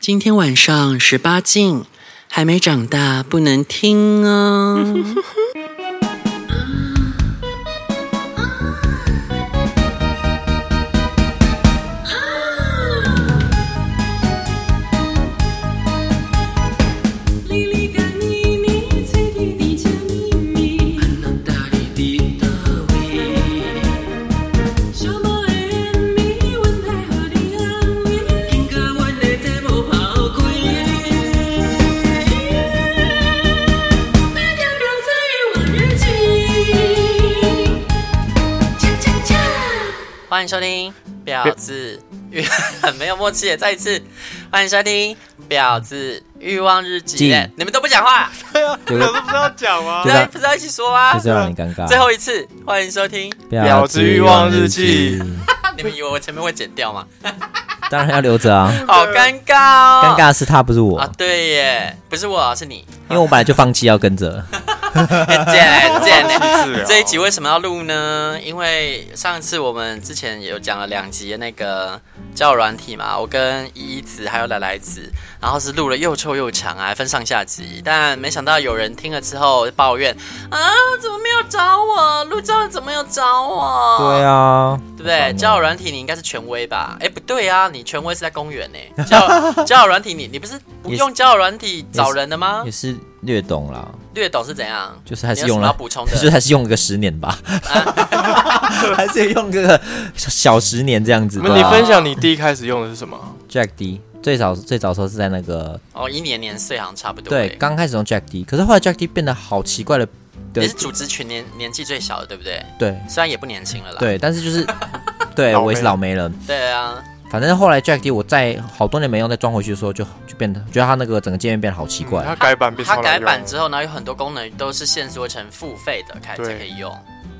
今天晚上十八禁，还没长大不能听哦。哩哩个咪咪，嘴里滴着咪咪，小猫的烟味，闻来好你安慰。那条龙在往日去，恰恰恰， 欢迎收听婊子欲，很 没有默契耶，再一次，欢迎收听婊子欲望日记哎记。你们都不讲话，就 是我都不知道讲吗就？是那不是要一起说吗 就？是让你尴尬。最后一次，欢迎收听。婊子欲望日记，你们以为我前面会剪掉吗？当然要留着啊。好尴尬 哦，尴尬是他，不是我，啊！对耶，不是我，是你，因为我本来就放弃要跟着。很贱很贱耶。是哦这一集为什么要录呢？因为上次我们之前有讲了两集那个交友软体嘛，我跟依依子还有奶奶子，然后是录了又臭又长啊，还分上下集。但没想到有人听了之后抱怨啊，怎么没有找我？录之后怎么没有找我？对，啊，对不对？交友软体你应该是权威吧？哎，不对啊，你权威是在公园呢、 交交友软体你你不是不也是用交友软体找人的吗也？是略懂啦，略懂是怎样？就是还你是有什用么要了，补充的？ 就是还是用个十年吧， 还是用个小十年这样子。那对你啊分享你第一开始用的是什么？ Jack D 最早最早时候是在那个哦，一年年岁好像差不多欸。对刚开始用 Jack D，可是后来 Jack D 变得好奇怪的也的是组织群年年纪最小的，对不对？对虽然也不年轻了啦。对，但是就是对老妹我也是老媒人，对啊，反正后来 Jack D 我在好多年没用，再装回去的时候就就变得觉得他那个整个界面变得好奇怪。嗯它改版变超它难改版用之后呢，有很多功能都是限缩成付费的，开始对可以用。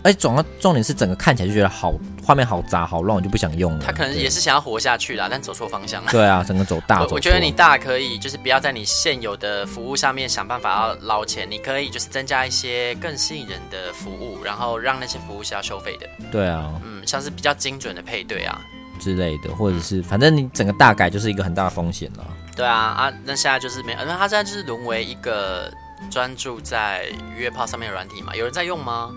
而哎且总要重点是整个看起来就觉得好画面好杂好乱，我就不想用了。他可能也是想要活下去啦，但走错方向了。对啊，整个走大我走我觉得错你大可以就是不要在你现有的服务上面想办法要捞钱，你可以就是增加一些更吸引人的服务，然后让那些服务是要收费的，对啊嗯，像是比较精准的配对啊，之类的，或者是反正你整个大改就是一个很大的风险了。对啊啊，那现在就是没，那他现在就是沦为一个专注在约炮上面的软体嘛，有人在用吗？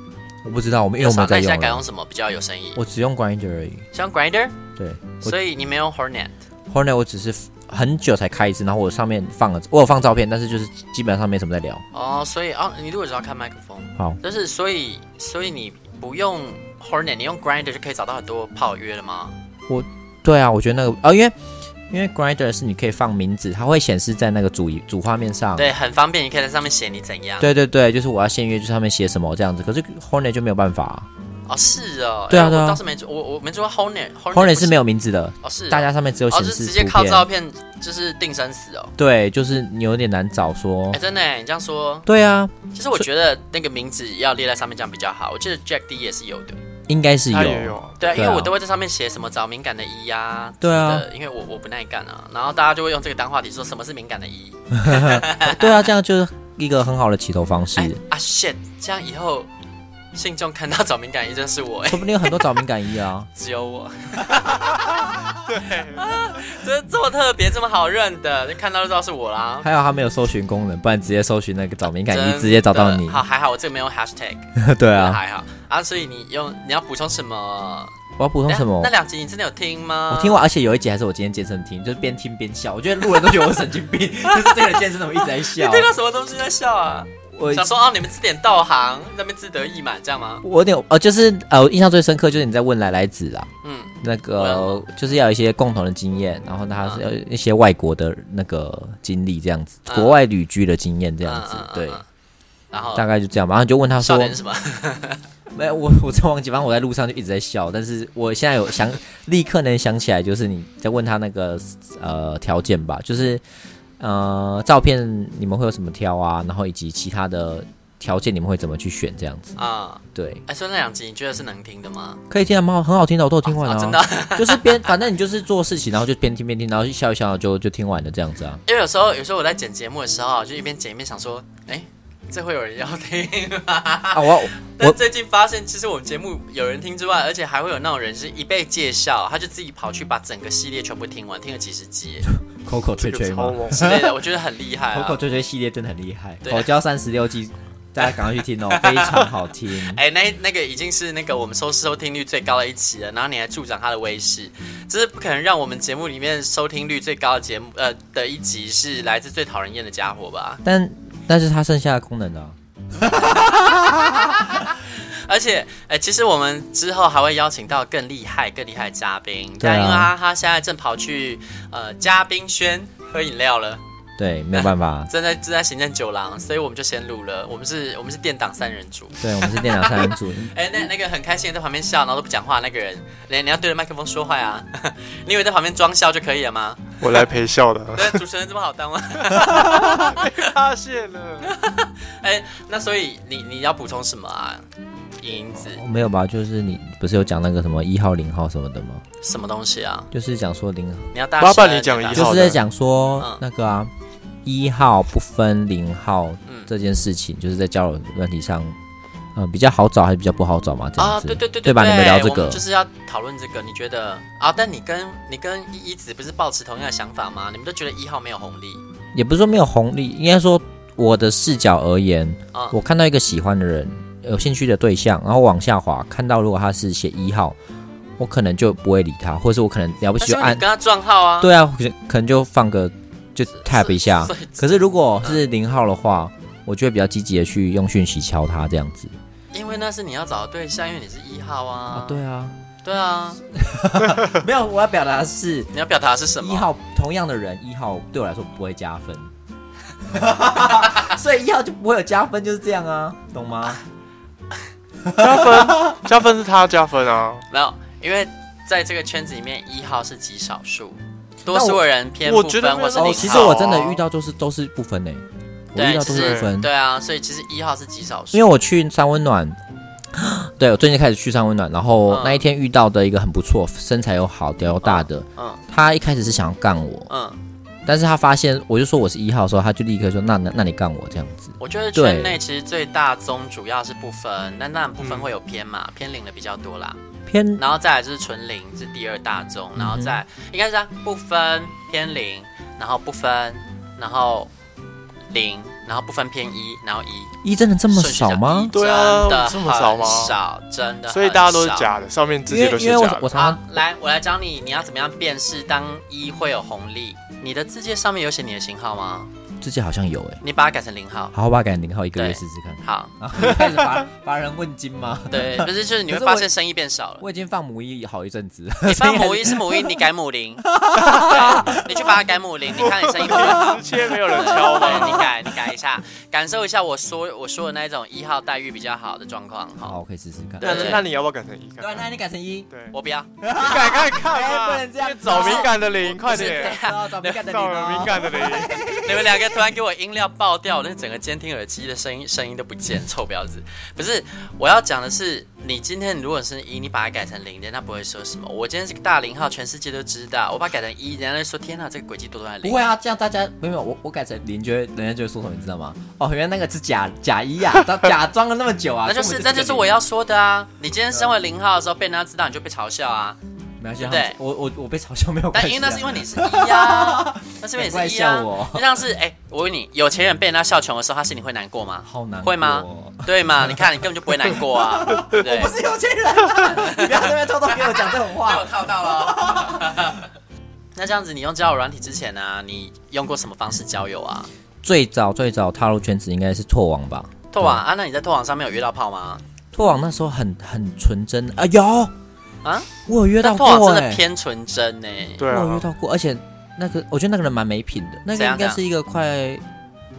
我不知道我们因为我少们那在你现在用改了，用什么比较有生意？我只用 Grinder 而已。像 Grinder，对，我所以你没用 Hornet。 Hornet 我只是很久才开一次，然后我上面放了我有放照片，但是就是基本上没什么在聊。哦，所以哦，你如果只要看麦克风，好，就是所以所以你不用 Hornet，你用 Grinder 就可以找到很多炮约了吗？对啊，我觉得那个呃，因为因为 Grinder 是你可以放名字，它会显示在那个主主画面上。对，啊很方便，你可以在上面写你怎样。，对对对，就是我要限约，就是上面写什么这样子。可是 Hornet 就没有办法、啊、哦是哦，对啊哎对啊我倒是没注我我没做过 Hornet，Hornet ，Hornet 是没有名字的，哦是哦大家上面只有哦显就示直图接片。靠照片就是定生死哦。对，就是你有点难找说哎，。真的耶，你这样说，对啊，其实我觉得那个名字要列在上面这样比较好。我记得 Jack D 也是有的，应该是它也有。有，对啊，因对为啊我都会在上面写什么找敏感的 E 一呀、对啊的，因为我我不耐干啊，然后大家就会用这个当话题说什么是敏感的一。对啊，这样就是一个很好的起头方式哎。啊 shit，这样以后信众看到找敏感一真是 我哎、说不定有很多找敏感衣啊。只有 我。对，这这么特别，这么好认的，就看到就知道是我啦。还有它没有搜寻功能，不然直接搜寻那个找敏感真的衣，直接找到你。好，还好我这个没有 hashtag， 对啊，啊，还好啊。所以你用你要补充什么？我要补充什么那？两集你真的有听吗？我听完，而且有一集还是我今天健身听，就是边听边笑。我觉得路人都觉得我神经病， 就是这个人健身怎么一直在你笑听。到什么东西在笑啊？我想说哦，你们字典道行，那边自得意满，这样吗？我有点呃，就是呃，我印象最深刻就是你在问来来子啦，嗯，那我个有就是要有一些共同的经验，然后他啊是要有一些外国的那个经历这样子，嗯国外旅居的经验这样子嗯嗯嗯，对嗯，然后大概就这样吧。然后你就问他笑说，点是什么？没有哎我我在忘记，反正我在路上就一直在笑，但是我现在有想立刻能想起来，就是你在问他那个呃条件吧，就是呃照片你们会有什么挑啊，然后以及其他的条件你们会怎么去选这样子，啊，对， 哎，所以那两集你觉得是能听的吗？可以听啊的蛮好，很好听的，我都有听完啊，啊真的啊， 就是边，反正你就是做事情，然后就边听边听，然后一笑一笑就就听完了这样子啊。因为有时候有时候我在剪节目的时候啊，就一边剪一边想说，哎，这会有人要 听吗？啊，我要但我最近发现，其实我们节目有人听之外，而且还会有那种人是一被介绍，他就自己跑去把整个系列全部听完，听了几十集， Coco 吹这个吹超吗猛，啊之类的，我觉得很厉害啊？Coco。吹吹系列真的很厉害，对啊口交三十六计，大家赶快去听哦，非常好听。 哎、那那个已经是那个我们收视收听率最高的一期了，然后你还助长它的威势，这是不可能让我们节目里面收听率最高的节目呃的一集是来自最讨人厌的家伙吧？但但是它剩下的功能呢？而且，哎、其实我们之后还会邀请到更厉害、更厉害的嘉宾，对啊但因为他他现在正跑去呃嘉宾轩喝饮料了，，对，没有办 法正在正在行政酒廊，所以我们就先录了。我们是，我们是电档三人组。对我们是电脑三人组， 哎、那那个很开心的在旁边笑，然后都不讲话那个人，你你要对着麦克风说话呀、 你以为在旁边装笑就可以了吗？我来陪笑 的。对，主持人这么好当 吗？发现了，哎、那所以你你要补充什么啊？银子没有吧？就是你不是有讲那个什么一号、零号什么的吗？什么东西啊？就是讲说零，你要大麻烦声你讲大一就号是在讲说嗯那个啊，一号不分零号嗯这件事情，就是在交友问题上，嗯，比较好找还是比较不好找嘛？这样啊，子，对对对对吧？你们聊这我个们就，是要讨论这个。你觉得啊？但你跟你跟一一子不是抱持同样的想法吗？你们都觉得一号没有红利也不是说没有红利，应该说我的视角而言，啊？我看到一个喜欢的人、有兴趣的对象，然后往下滑，看到如果他是写一号，我可能就不会理他，或者是我可能了不那起是就因为按你跟他撞号啊？对啊，可能可能就放个就 tap 一下所以。可是如果是零号的话，我就会比较积极的去用讯息敲他这样子。因为那是你要找的对象，因为你是一号啊。啊，对啊，没有，我要表达的是你要表达的是什么？一号同样的人，一号对我来说不会加 分，所以一号就不会有加分，就是这样啊，懂吗？加分，加分是他加分啊！没有，因为在这个圈子里面，一号是极少数，多那我数的人偏我不觉得分没或有是那零么号。哦，其实我真的遇到就是都是不分诶、欸我遇对，到其都是实不分，对啊，所以其实一号是极少数。因为我去三温暖， 对我最近开始去三温暖，然后嗯那一天遇到的一个很不错，身材又好、屌又大的，嗯他一开始是想要干我，嗯，但是他发现我就说我是一号的时候，他就立刻说那那那你干我这样子，我觉得对圈内其实最大宗主要是不分，但当然不分嗯会有偏嘛，偏零的比较多啦。偏然后再来就是纯零是第二大宗，然后嗯再应该是这样不分偏零，然后不分，然后零，然后不分偏一，然后一。一真的这么顺序这少样吗？对啊真的这么少吗很少，真的。所以大家都是。假的，上面这因些为都因是为我假的。我常好常，来，我来教你，你要怎么样辨识当一会有红利？你的字界上面有写你的型号吗？自己好像有哎、你把它改成零号。好，我把它改成零号一个月对试试看。好，然后开始罚罚人问津吗？ 对，不是就是你会可是我发现生意变少了。我已经放母一好一阵子了，你放母一是母一，你改母 零，对你去把它改母零，你看你生意会不会直接没有 人敲对，吗？你改，你改一下，感受一下我说我说的那种一号待遇比较好的状况。好，好，我可以试试看。对那对那你要不要改成一对啊，看那看？你改成一，对，我不要，你改看看哎嘛，不能这样找子敏感的零，快是点，找找敏感的你找敏吗？感的 零。你们两个突然给我音量爆掉，我那整个监听耳机的声音声音都不见，臭婊子！不是，我要讲的是，你今天如果是一，你把它改成零，人家不会说什么。我今天是个大零号，全世界都知道，我把它改成一，人家就说天哪，这个诡计多端的不零。会啊，这样大家没有没有我我改成零，就会人家就会说什么，你知道吗？哦，原来那个是假假一 啊，假假装了那么久啊，那就根是，本那个就是我零要说的啊！你今天身为零号的时候被人家知道，你就被嘲笑啊！没关系，对他们我我我被嘲笑没有关但系啊，因为那是因为你是一呀， 那是因为你是一赶呀快笑我。就像是哎、我问你，有钱人被人家笑穷的时候，他心里会难过吗？好难会吗？过对嘛？你看你根本就不会难过 啊，对不对我？不是有钱人啊， 你不要在那边偷偷给我讲这种被话 我。套到了。 那这样子，你用交友软体之前呢、啊你用过什么方式交友啊？最早最早踏入圈子应该是拓网吧，拓网、啊？那你在拓网上面有约到炮吗？拓网那时候很很纯真啊，有啊，我有约但到拓过网真哎、的偏纯真呢、欸。对我有啊约，到过，而且那个我觉得那个人蛮没品的，那怎个样应该是一个快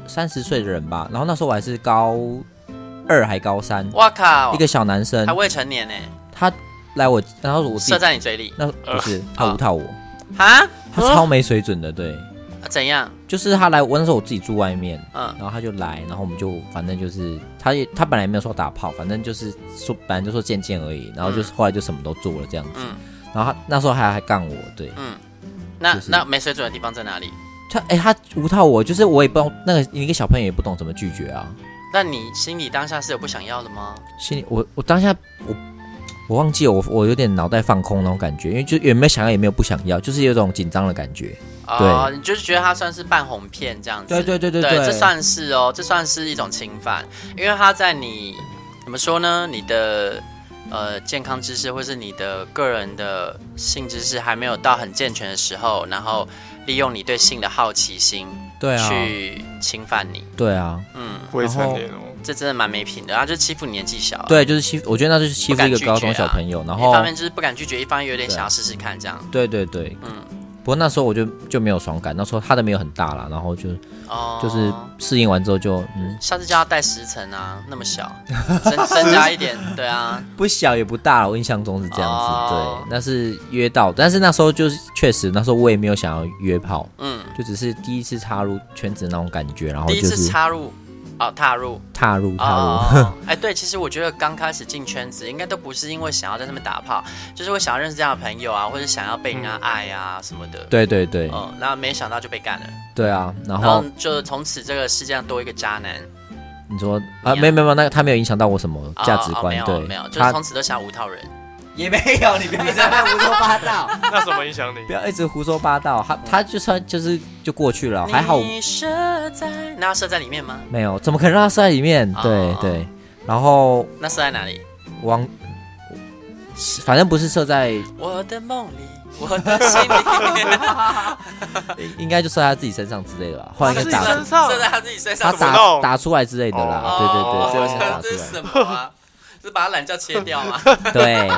三十岁的人吧，然后那时候我还是高二还高三，哇靠一，个小男生还，未成年呢、欸他来我，然后我自射己在你嘴里那不是他啊无套我，哈？他超没水准的，对，啊怎样？就是他来我那时候我自己住外面。嗯，然后他就来，然后我们就反正就是，他也他本来也没有说打炮，反正就是说本来就说见见而已，然后就是后来就什么都做了这样子。嗯然后他那时候还还干我，对那、就是那没水准的地方在哪里？他哎、他无套我，就是我也不知道那个一个小朋友也不懂怎么拒绝啊。那你心里当下是有不想要的吗？心里我我当下我我忘记了我我有点脑袋放空那种感觉，因为就也没有想要，也没有不想要，就是有种紧张的感觉。哦，你就是觉得他算是半哄骗这样子。对对对对对对这算是哦，这算是一种侵犯，因为他在你怎么说呢？你的呃健康知识或是你的个人的性知识还没有到很健全的时候，然后利用你对性的好奇心对啊，去侵犯你，对啊，嗯，未成年 哦，这真的蛮没品的。他就欺负你年纪小啊，对，就是欺，我觉得那就是欺负一个不敢拒绝啊高中小朋友，然一后方面就是不敢拒绝，一方面有点想要试试看这样。对对对，嗯，不过那时候我就就没有爽感，那时候他的没有很大啦，然后就哦，就是适应完之后就嗯下次叫他带十层啊，那么小， 增增加一点，对啊，不小也不大，我印象中是这样子，哦对，那是约到，但是那时候就是确实那时候我也没有想要约炮，嗯，就只是第一次插入圈子那种感觉，然后第一就次是插入，哦，踏入，踏入踏入，哦， 哦哎，对，其实我觉得刚开始进圈子，应该都不是因为想要在上面打炮，就是会想要认识这样的朋友啊，或者想要被人家爱啊什么的，，嗯对对对、嗯，然后没想到就被干了，对啊，然然后后就从此这个世界上多一个渣男，你说一啊，样没有没有，没有那个他没有影响到我什么哦价值哦观，没有对，没有，就是他从此都想要无套人， 也没有，你别在那胡说八道，那什么影响你？ 不要一直胡说八道，他他就算就是就过去了，哦还好我你射在，那要射在里面吗？没有，怎么可能让他射在里面？哦对对，然后那射在哪里？往，反正不是射在，我的梦里，我的心里， 应该就射在他自己身上之类的吧，后来应自该己打身上射在他自己身他上。怎么打弄打出来之类的啦，哦对对对，最后这是先什么啊？是把他懒觉切掉 吗？打出来，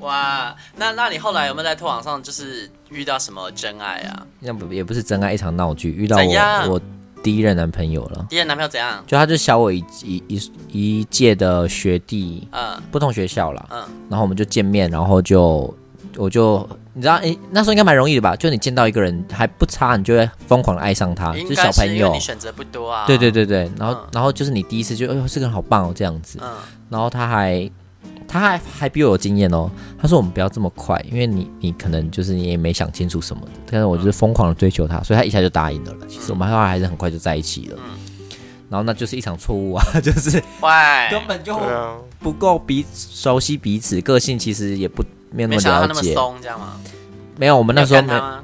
哇，那那你后来有没有在拓网上就是遇到什么真爱啊？对，那不也不是真爱一场闹剧，遇到怎样我我第一任男朋友了，第一任男朋友怎样？就他就小我一一一一届的学弟，嗯不同学校啦，嗯，然后我们就见面，然后就我就你知道，诶，那时候应该蛮容易的吧？就你见到一个人还不差，你就会疯狂的爱上他，就应啊是该小是朋因为友你。选择不多啊。对对，对对，然后、嗯然后就是你第一次就哎呦这个人好棒哦这样子，嗯，然后他还他还还比我有经验哦，他说我们不要这么快，因为你你可能就是你也没想清楚什么的，但是我就是疯狂的追求他，所以他一下就答应了嗯了。其实我们后来还是很快就在一起了，然后那就是一场错误啊， 就是根喂，本就对啊，不够彼此熟悉彼此，个性其实也不没有那没么想到他了那么解。松，这样吗？没有，我们那时候你没有干他，吗？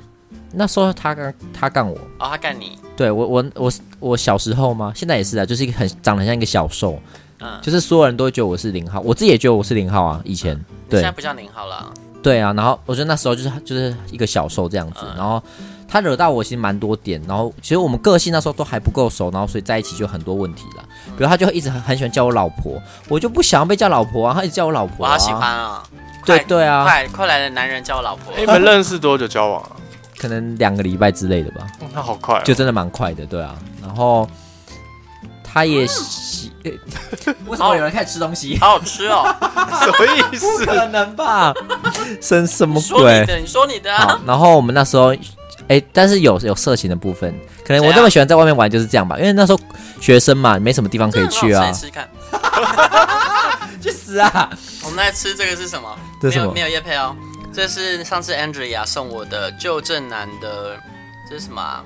那时候他刚他干我，哦，他干你，对我我我我小时候吗？现在也是啊，就是一个很长得很像一个小兽，嗯，就是所有人都会觉得我是零号，我自己也觉得我是零号啊，以前你现对在不叫零号了，对啊，然后我觉得那时候就是就是一个小兽这样子，嗯然后他惹到我其实蛮多点，然后其实我们个性那时候都还不够熟，然后所以在一起就很多问题了，嗯比如他就一直很很喜欢叫我老婆，我就不想要被叫老婆啊，他一直叫我老婆、我啊，好喜欢啊！对快对啊，快快来的男人叫我老婆哎，，你们认识多久交往啊？可能两个礼拜之类的吧，嗯哦那好快啊哦， 就真的蛮快的，对啊。然后他 也喜，呃为什么有人开始吃东西？好好吃哦。什么意不思？可能吧？生什么你说你鬼？的，你说你的啊、好，然后我们那时候，哎，但是有有色情的部分，可能我那么喜欢在外面玩就是这样吧，因为那时候学生嘛，没什么地方可以 去这很好吃，啊你吃吃看，去死啊！我们在吃这个是什么？这是什没么有没有叶配哦，这是上次 Andrea 送我的旧正男的，这是什么、啊？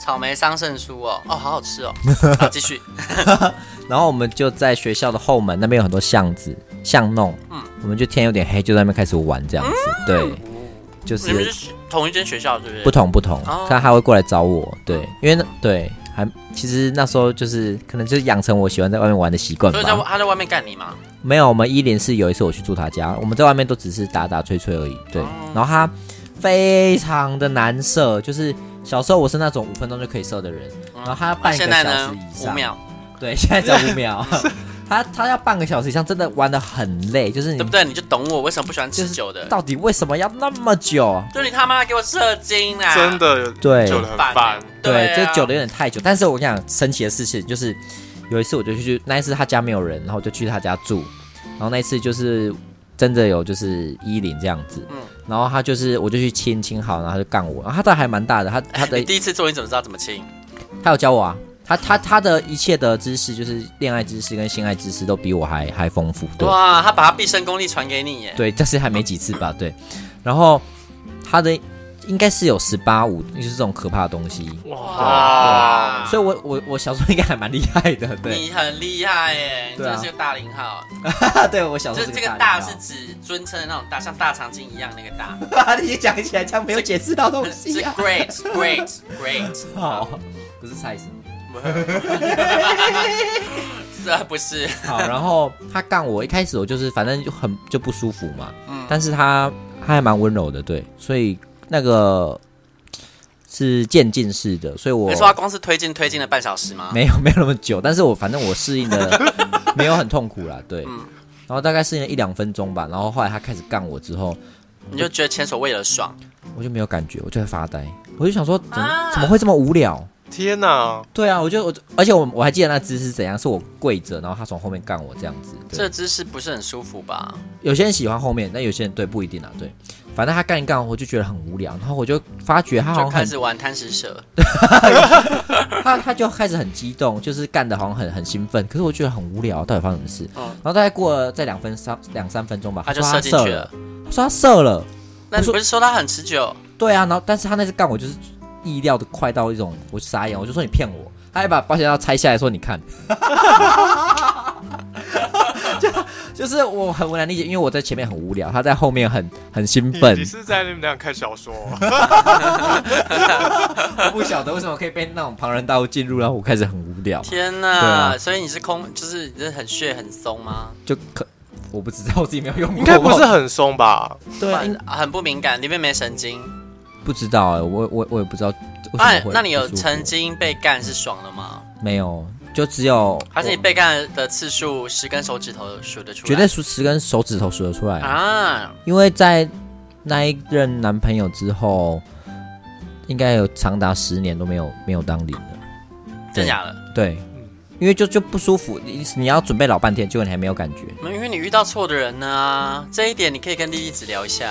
草莓桑葚酥哦，哦，好好吃 哦。好，继续。 然后我们就在学校的后门那边有很多巷子巷弄，嗯我们就天有点黑，就在那边开始玩这样子，对，就你们是是同一间学校是不是？不同不同哦，但他会过来找我，对，因为那对还其实那时候就是可能就是养成我喜欢在外面玩的习惯所以在吧。他在外面干你嘛？没有，我们一零四有一次我去住他家，我们在外面都只是打打吹吹而已，对。哦然后他非常的难射，就是小时候我是那种五分钟就可以射的人，然后他要哦半个啊现在小呢时以？五上，秒，对，现在只要 五秒，他他要半个小时以上，真的玩的很累，就是你对不对？你就懂我为什么不喜欢就吃是酒的，到底为什么要那么久？就你他妈给我射精啊！真的对久了很烦烦欸。对，啊这久的有点太久。但是我跟你讲，神奇的事情就是，有一次我就去，那一次他家没有人，然后我就去他家住，然后那一次就是真的有就是衣领这样子，嗯然后他就是我就去亲亲好，然后他就干我，然后他倒还蛮大的，他他的 你第一次做，你怎么知道怎么亲？他有教我啊。他他他的一切的知识，就是恋爱知识跟性爱知识，都比我还还丰富。对，哇，他把他毕生功力传给你耶！对，但是还没几次吧，对。然后他的应该是有十八五，就是这种可怕的东西。哇，所以我我我小时候应该还蛮厉害的，对，你很厉害耶，你真对啊的是个大零号。 对我小时这候这个个大零是指尊称的那种大，像大肠经一样那个 大。号你讲起来这样没有解释到东 是西啊。 great great great，好，不是 菜是吗是啊，不是？好，然后他干我，一开始我就是反正就很就不舒服嘛，嗯但是他他还蛮温柔的，对，所以那个是渐进式的，所以我你说他光是推进推进了半小时吗？没有 没有那么久，但是我反正我适应的 没有很痛苦啦，对，嗯然后大概适应了一两分钟吧，然后后来他开始干我之后，你就觉得前所未有的爽，我就没有感觉，我就会发呆，我就想说怎么、啊怎么会这么无聊？天哪，对啊，我就我而且我我还记得那姿势是怎样，是我跪着，然后他从后面干我这样子，对这姿势不是很舒服吧？有些人喜欢后面，但有些人对不一定啊，对。反正他干一干，我就觉得很无聊，然后我就发觉他好就像开很始玩贪食蛇，他他就开始很激动，就是干的好像很很兴奋，可是我觉得很无聊，到底发生什么事？嗯然后大概过了这两分三两三分钟吧，他就说射他进射去了了，。我说他射了，那你我说不是说他很持久？对啊，然后但是他那次干我就是意料的快到一种我傻眼，我就说你骗我，他还把保险套拆下来说你 看，就就是我很无难理解，因为我在前面很无聊，他在后面很很兴你奋你，是在那边俩看小说？哦 我不晓得为什么可以被那种旁人道进入，然后我开始很无聊，天对哪！啊所以你是空，就是你是很血很松吗？ 就可我不知道我自己没有用过，应该不是很松吧？对啊，应很很不敏感，里面没神经。不知道哎、我我我也不知道为什哎么会、，那你有曾成绩？经被干是爽的吗？没有？就只有还是你被干的次数十根手指头数得出来？绝对数十根手指头数得出来，啊！因为在那一任男朋友之后，应该有长达十年都没有没有当零了，真假的？对。因为就就不舒服，你你要准备老半天，结果你还没有感 觉。没有因为你遇到错的人呢、这一点你可以跟莉莉子聊一下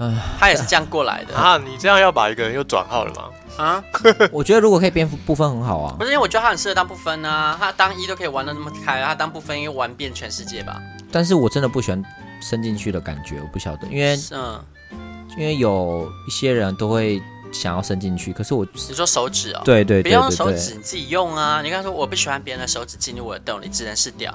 唉。她也是这样过来的啊，你这样要把一个人又转号了吗？啊，我觉得如果可以蝙蝠部分很好啊不，是因为我觉得她很适合当不分啊，她当一都可以玩的那么开，她当不分应该玩遍全世界吧？但是我真的不喜欢伸进去的感觉，我不晓得，因为嗯，因为有一些人都会想要伸进去，可是我你说手指哦，对对不对要用对手对指，，你自己用啊！你刚说我不喜欢别人的手指进入我的洞里，只能是 掉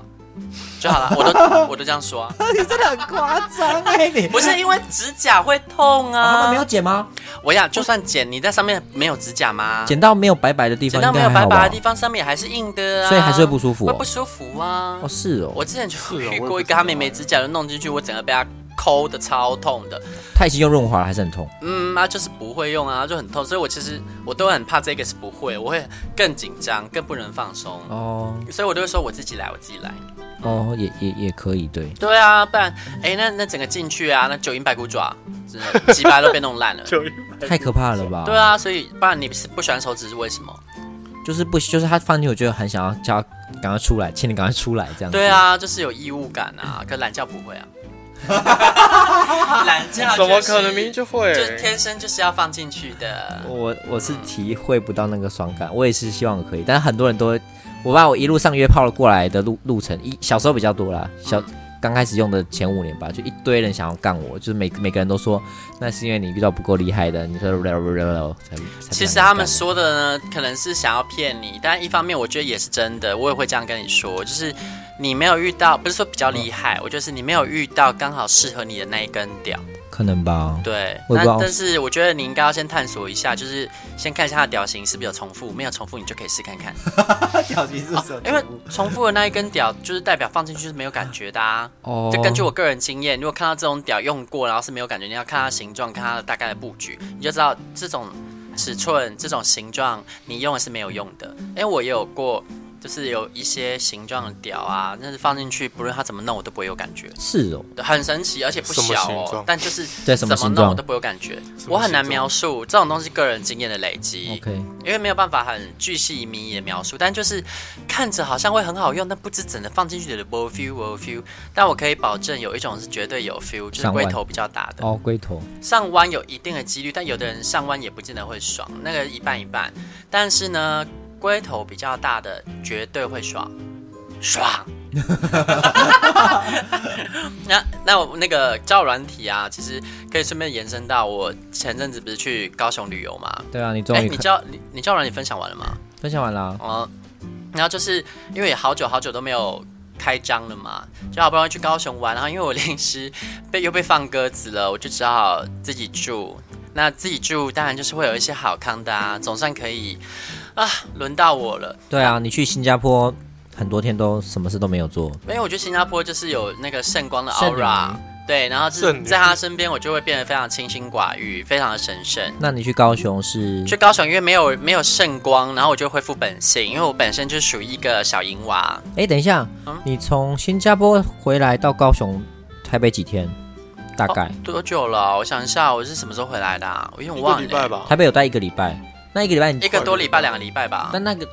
就好了，我都我都这样说、啊， 你真的很夸张哎 你！不是因为指甲会痛啊，他 们啊没有。剪吗？我想，就算剪，你在上面没有指甲吗？剪到没有白白的地方，剪到没有应该白还好吧白的地方，上面还是硬的啊，所以还是会不舒服会哦不舒服啊。哦，是哦，我之前就啊我也遇不过一知个，道哎他妹妹指甲就弄进去，我整个被他抠的超痛的。他已经用润滑了，还是很痛。嗯，啊，就是不会用啊，就很痛，所以我其实我都很怕这个是不会，我会更紧张，更不能放松，哦所以我都会说我自己来，我自己来。哦，也也也可以，对，对啊，不然，哎，那那整个进去啊，那九阴白骨爪，真的鸡巴都被弄烂了。 就太可怕了吧？对，啊，所以不然你是不喜欢手指是为什么？就是不，就是他放进去，我就很想要叫他赶快出来，请你赶快出来这样。对，啊，就是有异物感啊，可懒觉不 会啊。 懒觉、就是、怎么可能？明明就会。就是天生就是要放进去的。我我是体会不到那个爽感，我也是希望可以，但是很多人都会，我把我一路上约炮过来的路路程，一小时候比较多啦，小。嗯刚开始用的前五年吧，就一堆人想要干我，就是每每个人都说，那是因为你遇到不够厉害的，你说才才其实想他干们你说的呢，可能是想要骗你，但一方面我觉得也是真的，我也会这样跟你说，就是你没有遇到，不是说比较厉嗯害，我就是你没有遇到刚好适合你的那一根屌。可能吧，对，我也不那知道但是我觉得你应该要先探索一下，就是先看一下它的屌型是不是有重复，没有重复你就可以试看 看，哦表情是什么？因为重复的那一根屌就是代表放进去是没有感觉的啊。哦，就根据我个人经验，如果看到这种屌用过，然后是没有感觉，你要看它嗯形状，看它的大概的布局，你就知道这种尺寸、这种形状，你用的是没有用的。因为我也有过，就是有一些形状的屌啊，但是放进去，不论它怎么弄，我都不会有感觉，是哦，很神奇，而且不什么小形哦状。但就是怎对什么么形弄状我都不会有感觉，什我么很难形状描述这种东西，个人经验的累积。 ，OK，因为没有办法很巨细靡遗的描述，但就是看着好像会很好用，但不知怎的放进去的 w feel w feel。但我可以保证有一种是绝对有 feel，就是上弯龟头比较大的，哦，龟头，上弯有一定的几率，但有的人上弯也不见得会爽，那个一半一半。但是呢，龟头比较大的绝对会爽，爽 那那我那个交友软体啊，其实可以顺便延伸到我前阵子不是去高雄旅游嘛？对啊，你终哎、于你看交你你交友软体分享完了吗？分享完了啊，哦，然后就是因为好久好久都没有开张了嘛，就好不容易去高雄玩，然后因为我临时被又被放鸽子了，我就只好自己住。那自己住当然就是会有一些好康的啊，总算可以啊，轮到我了。对啊，你去新加坡很多天都什么事都没有做，没有，我觉得新加坡就是有那个圣光的圣女 aura，对，然后就是圣女在他身边，我就会变得非常清心寡欲，非常的神圣。那你去高雄是去高雄因为没有没有圣光，然后我就恢复本性，因为我本身就是属于一个小淫娃，哎，等一下嗯，你从新加坡回来到高雄、台北几天？大概、多久了？我想一下，我是什么时候回来的、啊？我有一点个忘了、礼拜吧台。北有待一个礼拜，那一个礼拜你一个多礼拜，两个礼拜吧。但那个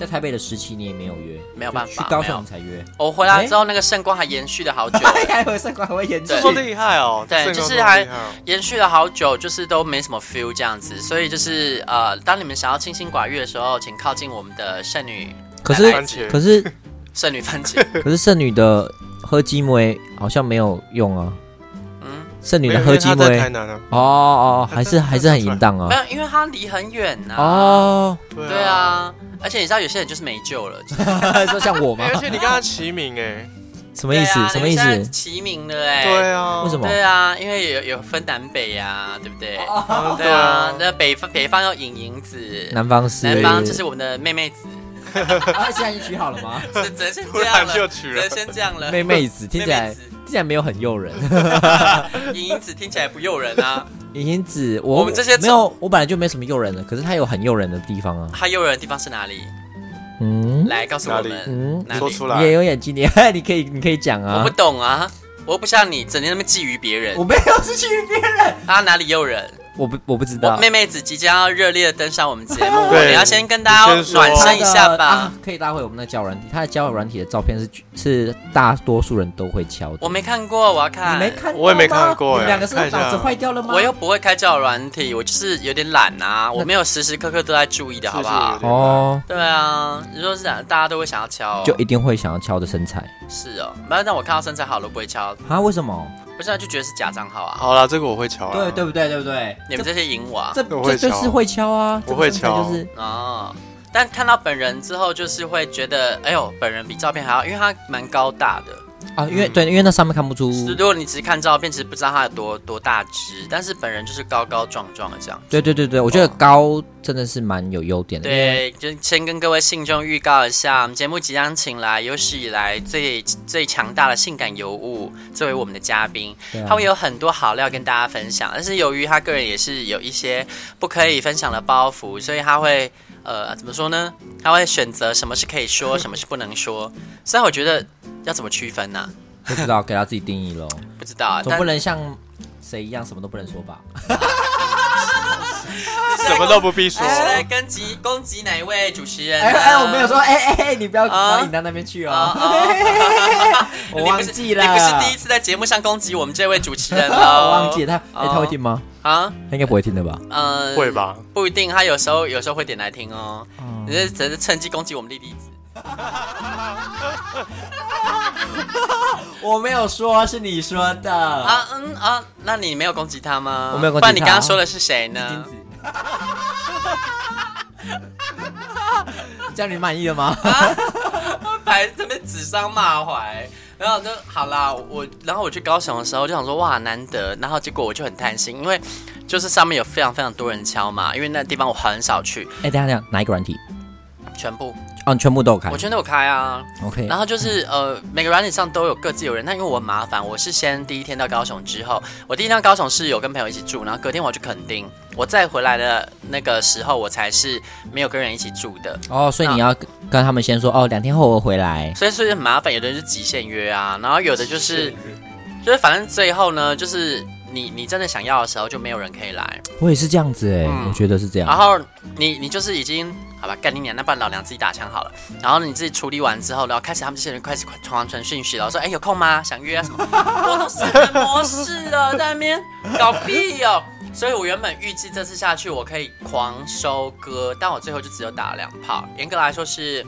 在台北的时期你也没有约，没有办法去高没有雄才约。我哦回来之后，那个圣光还延续了好久，哎还有上官会演对这么厉害哦！对这个就是这么还厉害哦延续了好久，就是都没什么 feel 这样子。所以就是呃，当你们想要清心寡欲的时候，请靠近我们的圣女可是番茄可是圣女番 茄。可是剩女的喝鸡梅好像没有用啊，嗯，剩女没的有喝鸡因为他在台梅南啊，哦哦，还是他他还是很淫荡没啊。有，因为它离很远呐、哦， 对，啊，而且你知道有些人就是没救了，就是说像我吗哎？而且你跟他齐名哎，什么意思？对啊什么意你现在思？齐名了哎、对啊，为什么对啊，因为有有分南北呀、啊，对不对？嗯？对啊，那北方北方要引银子，南方是南方 就是我们的妹妹子，啊，现在已经取好了吗？只只能先 突这样然了，就只取了能，先这样了。妹妹子听起来 妹妹听起来没有很诱 人。子引银子听起来不诱人啊，银银子，我我们这些没有，我本来就没什么诱人的，可是它有很诱人的地方啊。它诱人的地方是哪里？嗯来告诉我哪里们，嗯，哪里说出你也来，有眼睛，你 你可以你可以讲我啊不。懂啊，我又不像你整天那么觊觎别人我，没有是去别人，他哪里诱人？我不我不知我道。妹妹子即将要热烈的登上我们节 目，对你要先跟大家你先说暖我身一下吧。啊可以拉回我们的交友软体，它的交友软体的照片是是大多数人都会敲的。我没看过，我要看。你没看到吗，我也没看过你们哎两个是看一下脑子坏掉了吗？我又不会开交友软体，我就是有点懒啊，我没有时时刻刻都在注意的，好不好是？是哦，对啊，你说是啊大家都会想要敲、哦，就一定会想要敲的身材是哦。不然让我看到身材好了不会敲，啊？为什么？不是啊就觉得是假账号啊。好了，这个我会瞧啊，对对不对？对不对？你们这些啊淫娃这这我会这这就是敲会敲啊，我会这个身材就是哦，但看到本人之后，就是会觉得，哎呦，本人比照片还要，因为他蛮高大的。啊，因为对，因为那上面看不出如果你只看照片，其实不知道他有多多大只，但是本人就是高高壮壮的这样。对对对对，我觉得高真的是蛮有优点的。因为对，就先跟各位信众预告一下，我们节目即将请来有史以来最最强大的性感尤物作为我们的嘉宾，对啊他会有很多好料跟大家分享。但是由于他个人也是有一些不可以分享的包袱，所以他会呃怎么说呢？他会选择什么是可以说，什么是不能说。虽然我觉得要怎么区分呢、不知道给他自己定义喽，不知道啊，总但不能像谁一样什么都不能说吧？什么都不必说你，是哎来跟击攻击哪一位主持人呢？哎哎，我没有说，哎哎哎，你不要啊往你到那边去啊。哦。啊我忘记了，你不是，你不是第一次在节目上攻击我们这位主持人喽？ 我忘记了他，哎，他会听吗？啊？他应该不会听的吧？嗯，会？吧？不一定，他有时候有时候会点来听哦。你是只是趁机攻击我们弟弟子。 我没有说，是你说的。啊嗯啊，那你没有攻击他吗？我没有攻击不他然你刚刚说的是谁呢 金？子，这样你满意了吗？还这边指桑骂槐。然后我就好啦，我然后我去高雄的时候就想说哇难得，然后结果我就很贪心，因为就是上面有非常非常多人敲嘛，因为那地方我很少去，哎，等一下等一下，哪一个软体？全部哦，你全部都有开我。全都有开啊， OK，然后就是呃，每个软体上都有各自有人，那因为我很麻烦，我是先呃第一天到高雄之后，我第一天到高雄是有跟朋友一起住，然后隔天我要去垦丁，我再回来的那个时候，我才是没有跟人一起住的，哦，所以你要跟他们先说哦，两天后我回来。所以所以很麻烦，有的人是极限约啊，然后有的就是是就是反正最后呢，就是你你真的想要的时候就没有人可以来，我也是这样子哎，嗯我觉得是这样然。后你你就是已经好吧，干你娘，那半老娘自己打枪好了。然后你自己处理完之后，然后开始他们这些人开始传传讯息，然后说哎有空吗？想约啊什么？我都是人模式了，在那边搞屁哦。所以我原本预计这次下去我可以狂收割，但我最后就只有打了两炮，严格来说是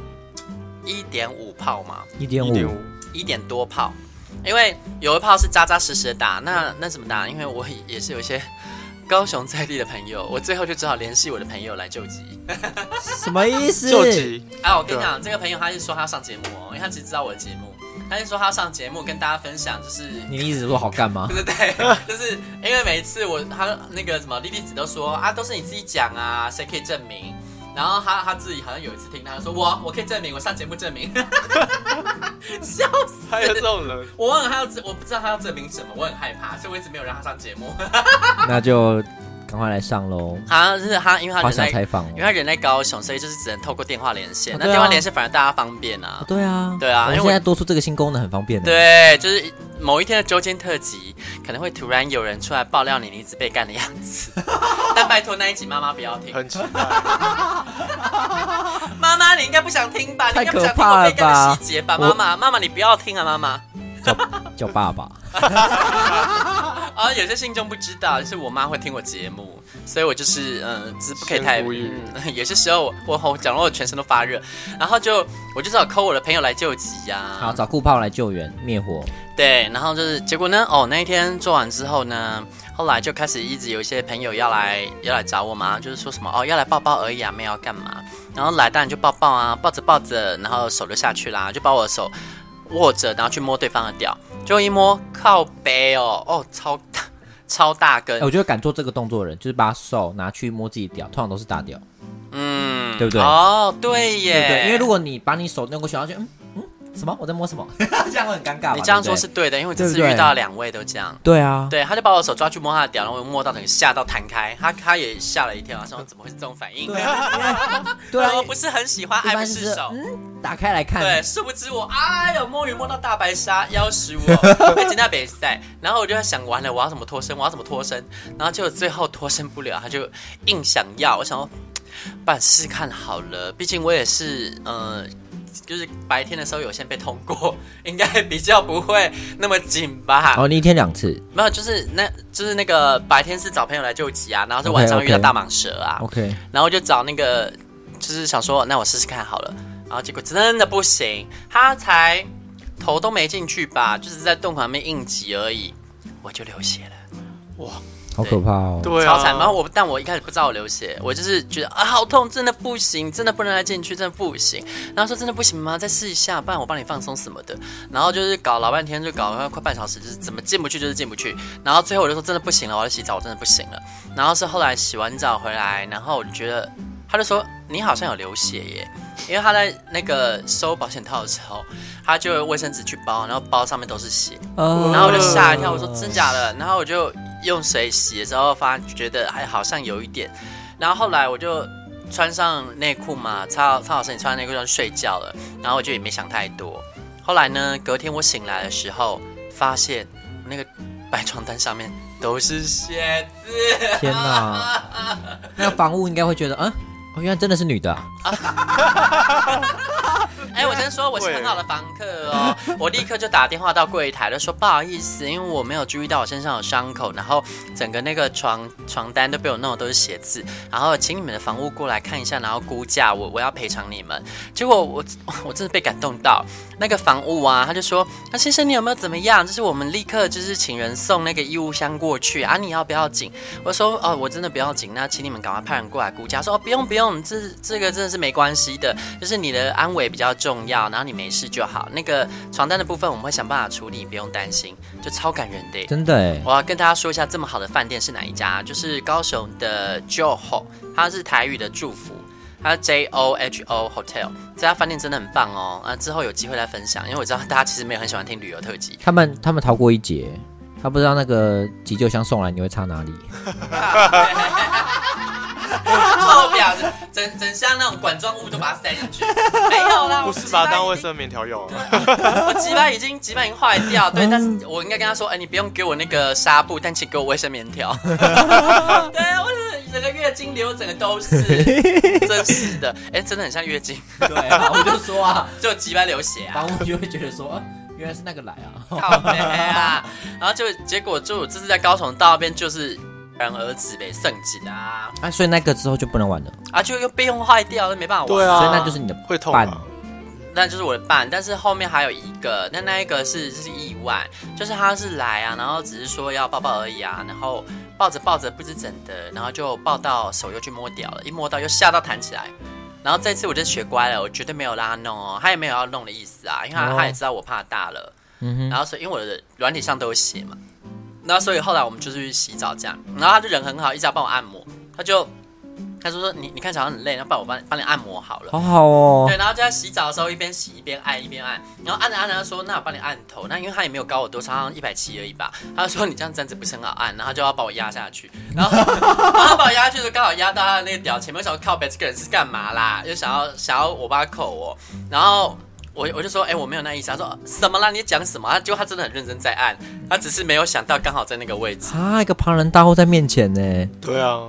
一点五炮嘛，一点一点五五，一点多炮，因为有一炮是扎扎实实的打，那那怎么打？因为我也是有一些高雄在地的朋友，我最后就只好联系我的朋友来救急。什么意思？救急，啊，我跟你讲，这个朋友他是说他要上节目哦，因为他只知道我的节目，他就说他要上节目跟大家分享，就是你的意思说好干 吗对？ 对对，就是因为每次我他那个什么莉莉子都说啊，都是你自己讲啊，谁可以证明？然后他他自己好像有一次听他说我我可以证明，我上节目证明， 笑死！还有这 种人，我忘了他要证，我不知道他要证明什么，我很害怕，所以我一直没有让他上节目。那就赶快来上喽，啊，就是他，因为他好人想在，采访因为哦。他人在高雄，所以就是只能透过电话连线。啊那对啊电话连线反而大家方便啊。对啊，对啊因我为们我现在多出这个新功能很方便的。，对，就是某一天的周间特辑，可能会突然有人出来爆料你离子被干的样 子。但拜托那一集妈妈不要听，很期待。妈妈你应该不想听吧？你应该不想太可听怕我了被干的吧细节吧？我妈妈，妈妈你不要听啊，妈妈。叫爸爸。啊，有些信众不知道，就是我妈会听我节目，所以我就是嗯，就是不可以先太。呼吁嗯、有 些时候我我讲到我全身都发热，然后就我就只好 call 我的朋友来救急呀、好，找顾炮来救援灭火。对，然后就是结果呢，哦，那一天做完之后呢，后来就开始一直有一些朋友要来要来找我嘛，就是说什么哦要来抱抱而已啊，没有要干嘛。然后来当然就抱抱啊，抱着抱着，然后手就下去啦，就把我的手握着，然后去摸对方的屌，就一摸靠背哦，哦超大超大根哎、，我觉得敢做这个动作的人，就是把手拿去摸自己屌，通常都是大屌，嗯，对不对哦，对耶，对不对？因为如果你把你手弄过去，然后就嗯嗯，什么？我在摸什么？ 这样会很尴尬吧。你这样对说不对是对的，因为我这次对不对遇到两位都这样。对啊，对，他就把我手抓去摸他的屌，然后我摸到整个吓到弹开，他他也吓了一跳，他说怎么会是这种反应？对啊，对啊， 我不是很喜欢一爱不般就是释手。嗯，打开来看，对，殊不知我哎呦，摸鱼摸到大白鲨，要死 我！还今天比赛，然后我就在想，完了，我要怎么脱身？我要怎么脱身？然后结果最后脱身不了，他就硬想要。我想说，不然试试看好了，毕竟我也是呃，就是白天的时候有先被通过，应该比较不会那么紧吧。哦，你一天两次没有，就是那，就是那个白天是找朋友来救急啊，然后是晚上遇 OK，OK 哦到大蟒蛇啊，OK，然后就找那个，就是想说，那我试试看好了。然后结果真的不行，他才头都没进去吧，就是在洞口旁边应急而已，我就流血了，好可怕哦。对超惨。然后啊，我，但我一开始不知道我流血，我就是觉得啊，好痛，真的不行，真的不能再进去，真的不行。然后说真的不行吗？再试一下，不然我帮你放松什么的。然后就是搞老半天，就搞了快半小时，就是怎么进不去就是进不去。然后最后我就说真的不行了，我要洗澡，我真的不行了。然后是后来洗完澡回来，然后我就觉得他就说你好像有流血耶，因为他在那个收保险套的时候，他就用卫生纸去包，然后包上面都是血，呃然后我就吓一跳，我嗯说真假的，然后我就用水洗的时候发觉得还好像有一点，然后后来我就。穿上内裤嘛，擦好擦好身体，穿上内裤就睡觉了。然后我就也没想太多。后来呢，隔天我醒来的时候，发现那个白床单上面都是血渍。天哪， 那个房屋应该会觉得，嗯，哦，原来真的是女的、啊，哎、我先说我是很好的房客哦，我立刻就打电话到柜台了，说不好意思，因为我没有注意到我身上有伤口，然后整个那个床床单都被我弄的都是血渍，然后请你们的房屋过来看一下，然后估价我我要赔偿你们。结果我 我真的被感动到，那个房屋啊，他就说，那先生你有没有怎么样？就是我们立刻就是请人送那个医务箱过去啊，你要不要紧？我说哦，我真的不要紧，那请你们赶快派人过来估价。说哦，不用不用，这这个真的是没关系的，就是你的安危比较重要，然后你没事就好。那个床单的部分我们会想办法处理，不用担心，就超感人的耶。真的哎，我要跟大家说一下，这么好的饭店是哪一家？就是高雄的 JOHO，它是台语的祝福，它是 J O H O Hotel。这家饭店真的很棒哦，啊，之后有机会再分享，因为我知道大家其实没有很喜欢听旅游特 辑。他们他们逃过一劫，他不知道那个急救箱送来你会插哪里， 臭婊子，整整箱那种管状物都把它塞进去，没有啦，不我是把它当卫鸡生棉条用啊，巴已经， 我鸡巴已经鸡巴已经坏掉，对，但是我应该跟他说，哎，你不用给我那个纱布，但请给我卫生棉条。对，我是整个月经流，整个都是，真是的，哎，真的很像月经，对啊，我就说啊，就鸡巴流血 啊。房屋就会觉得说，啊，原来是那个来啊，靠北啊！然后就结果就这次在高雄到那边就是然而止呗，圣旨啊 啊，所以那个之后就不能玩了，啊，就又被用坏掉，那没办法玩。对啊所以那就是你的会痛伴吗？那就是我的伴，但是后面还有一个，那那一个是是意外，就是他是来啊，然后只是说要抱抱而已啊，然后抱着抱着不知怎的，然后就抱到手又去摸掉了，一摸到又吓到弹起来，然后这次我就学乖了，我绝对没有让他弄哦，他也没有要弄的意思啊，因为他、哦他也知道我怕大了，嗯哼，然后所以因为我的软体上都有写嘛，那所以后来我们就去洗澡这样，然后他就嗯人很好，一直要帮我按摩，他就他就说你你看起来好像很累，那帮我帮帮你按摩好了。好好哦对，，然后就在洗澡的时候一边洗一边按一边按，然后按着按着他说：“那我帮你按头。”那因为他也没有高我多少，好像一百七而已吧。他就说：“你这样站着不是很好按。”然后他就要把我压下去，然 后然后他把我压下去的时候刚好压到他的那个屌前面，我想说靠北这个人是干嘛啦？又想要想要我帮他扣我，然后。我我就说，哎、我没有那意思。他说什么啦？你讲什么？他结果他真的很认真在按，他只是没有想到刚好在那个位置，啊，一个庞然大物在面前呢，对啊，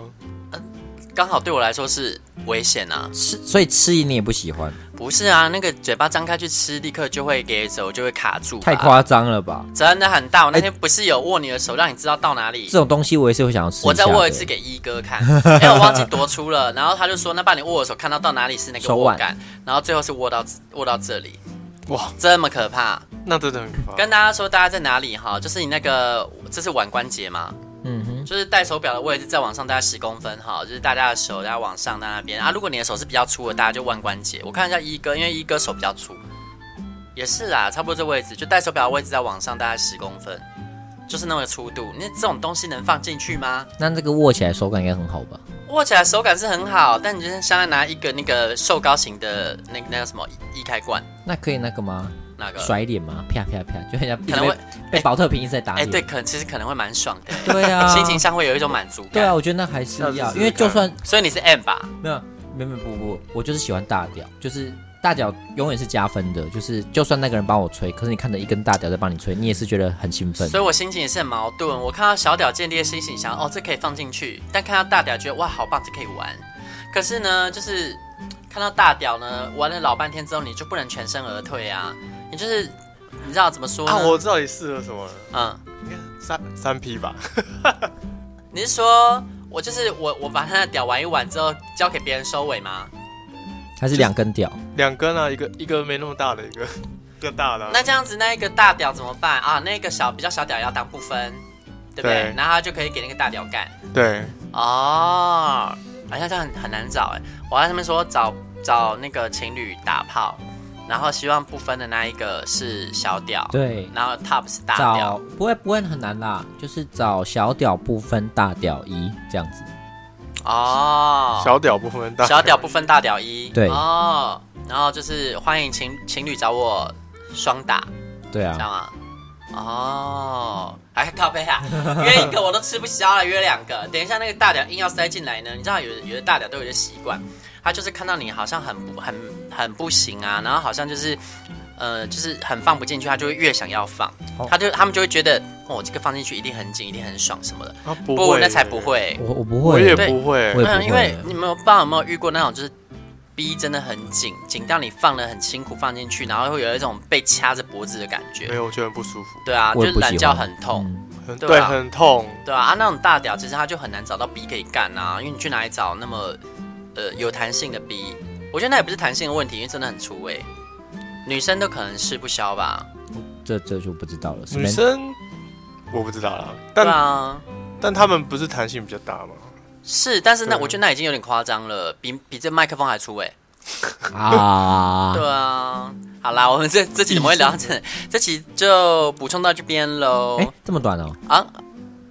刚好对我来说是危险啊。吃，所以吃你也不喜欢，不是啊，那个嘴巴张开去吃，立刻就会给手就会卡住吧，太夸张了吧？真的很大。我那天不是有握你的手，让你知道到哪里哎这。种东西我也是会想要吃下的。我再握一次给一哥 看，因为我忘记多粗了。然后他就说，那把你握的手看到到哪里是那个手握腕感，然后最后是握到握到这里，哇，这么可怕。那真的很可怕。跟大家说，大家在哪里哈？就是你那个，这是腕关节嘛，嗯哼，就是戴手表的位置再往上大概十公分哈，就是大家的手大家往上在那边啊。如果你的手是比较粗的，大家就腕关节。我看一下一哥，因为一哥手比较粗，也是啦，差不多这位置，就戴手表的位置再往上大概十公分，就是那么粗度。那这种东西能放进去吗？那这个握起来手感应该很好吧？握起来手感是很好，但你就是相当于拿一个那个瘦高型的那那个什么易开罐那可以那个吗？那个。甩脸吗？啪啪啪，就很像呃可能会被保特瓶一直在打哎、脸。对，可能其实可能会蛮爽的，啊对啊，心情上会有一种满足感。对啊，，我觉得那还是下次试试要，看因为就算所以你是 M 吧？没有没有没有不不，我就是喜欢大屌，就是大屌永远是加分的，就是就算那个人帮我吹，可是你看着一根大屌在帮你吹，你也是觉得很兴奋所。以我心情也是很矛盾。我看到小屌建立的心情想，哦，这可以放进去；但看到大屌，觉得哇，好棒，这可以玩。可是呢，就是嗯看到大屌呢，玩了老半天之后，你就不能全身而退啊！你就是你知道怎么说呢？啊，我知道你适合什么了，嗯，应该三三 P 吧？ 你是说我就是我，我把他的屌玩一玩之后，交给别人收尾吗？嗯还是两根屌，两根啊，一个一个没那么大的，一个更大的啊。那这样子，那一个大屌怎么办啊？那个小比较小屌要当部分，对不对？对然后他就可以给那个大屌干。对，哦，好像这样很很难找哎。我在上面说找找那个情侣打炮，然后希望不分的那一个是小屌，，对，然后 top 是大找屌，不会不会很难啦，就是找小屌不分大屌一这样子。哦，小屌部分大，小屌不分大屌一，对哦，然后就是欢迎情情侣找我双打，对这啊，样啊。哦，哎，靠背啊，约一个我都吃不消了，约两个。等一下那个大屌硬要塞进来呢，你知道有的有的大屌都有一个习惯，他就是看到你好像很不很很不行啊，然后好像就是呃就是很放不进去，他就会越想要放哦，他就他们就会觉得哦这个放进去一定很紧，一定很爽什么的。啊不会，那才不，会。我我不我会，也对不会我也不会因为你们有不知道有没有遇过那种就是。逼真的很紧，紧到你放的很辛苦放进去，然后会有一种被掐着脖子的感没觉。有，我觉得很不舒服，对啊，就我也是不喜懒觉欢很痛。嗯很对对，啊很痛。对啊，啊那种大屌其实他就很难找到 B 可以干啊，因为你去哪里找那么呃有弹性的 B？我觉得那也不是弹性的问题，因为真的很粗味、女生都可能吃不消吧？这这就不知道了。是女没生我不知道啦，对但啊，但他们不是弹性比较大吗？是，但是那对我觉得那已经有点夸张了，比比这麦克风还粗味、啊，对啊，好啦，我们这这期怎么会聊到 这？这期就补充到这边喽、哎，这么短哦？啊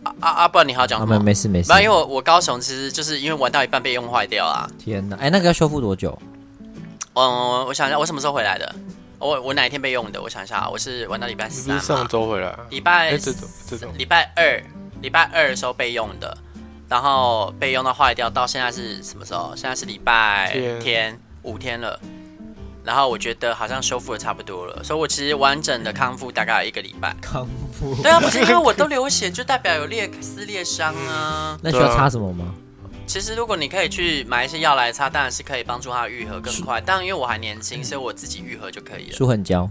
啊啊啊！不然你还要讲啊，什没么？没事没事没有，。因为我我高雄其实就是因为玩到一半被用坏掉啊。天哪，哎，那个要修复多久？。嗯，我想一下，我什么时候回来的？我我哪一天备用的？我想一下啊，我是玩到礼拜你三不是嘛上周回来啊？礼拜哎，这种这种礼拜二，礼拜二的时候备用的，然后备用到坏掉，到现在是什么时候？现在是礼拜天天，五天了。然后我觉得好像修复的差不多了，所以我其实完整的康复大概有一个礼拜康复对啊，不是因为我都流血，就代表有裂撕裂伤啊。那需要擦什么吗？其实如果你可以去买一些药来擦，当然是可以帮助它愈合更快。但因为我还年轻，所以我自己愈合就可以了。舒痕胶。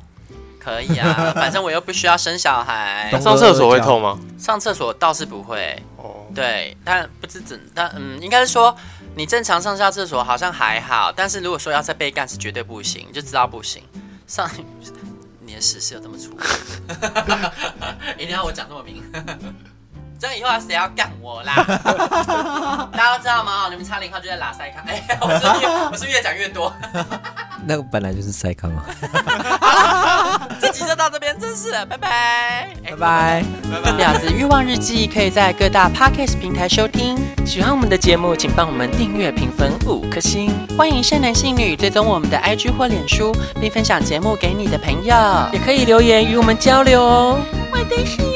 可以啊，反正我又不需要生小孩懂。哎上厕所会痛吗？上厕所倒是不会，哦，对，但不知怎，但嗯，应该是说你正常上下厕所好像还好，但是如果说要在被干是绝对不行，你就知道不行。上你的事是有这么粗，一定要我讲那么明， 这样以后还谁要干我啦？大家都知道吗？你们差零号就在拉塞康，哎、我是不是越我是不是越讲越多？那个本来就是塞康啊， 这集就到这边，真是的拜哎拜，拜。拜。婊子欲望日记可以在各大 podcast 平台收听。喜欢我们的节目，请帮我们订阅、评分五颗星。欢迎善男信女追踪我们的 IG 或脸书，并分享节目给你的朋友，也可以留言与我们交流哦。我的世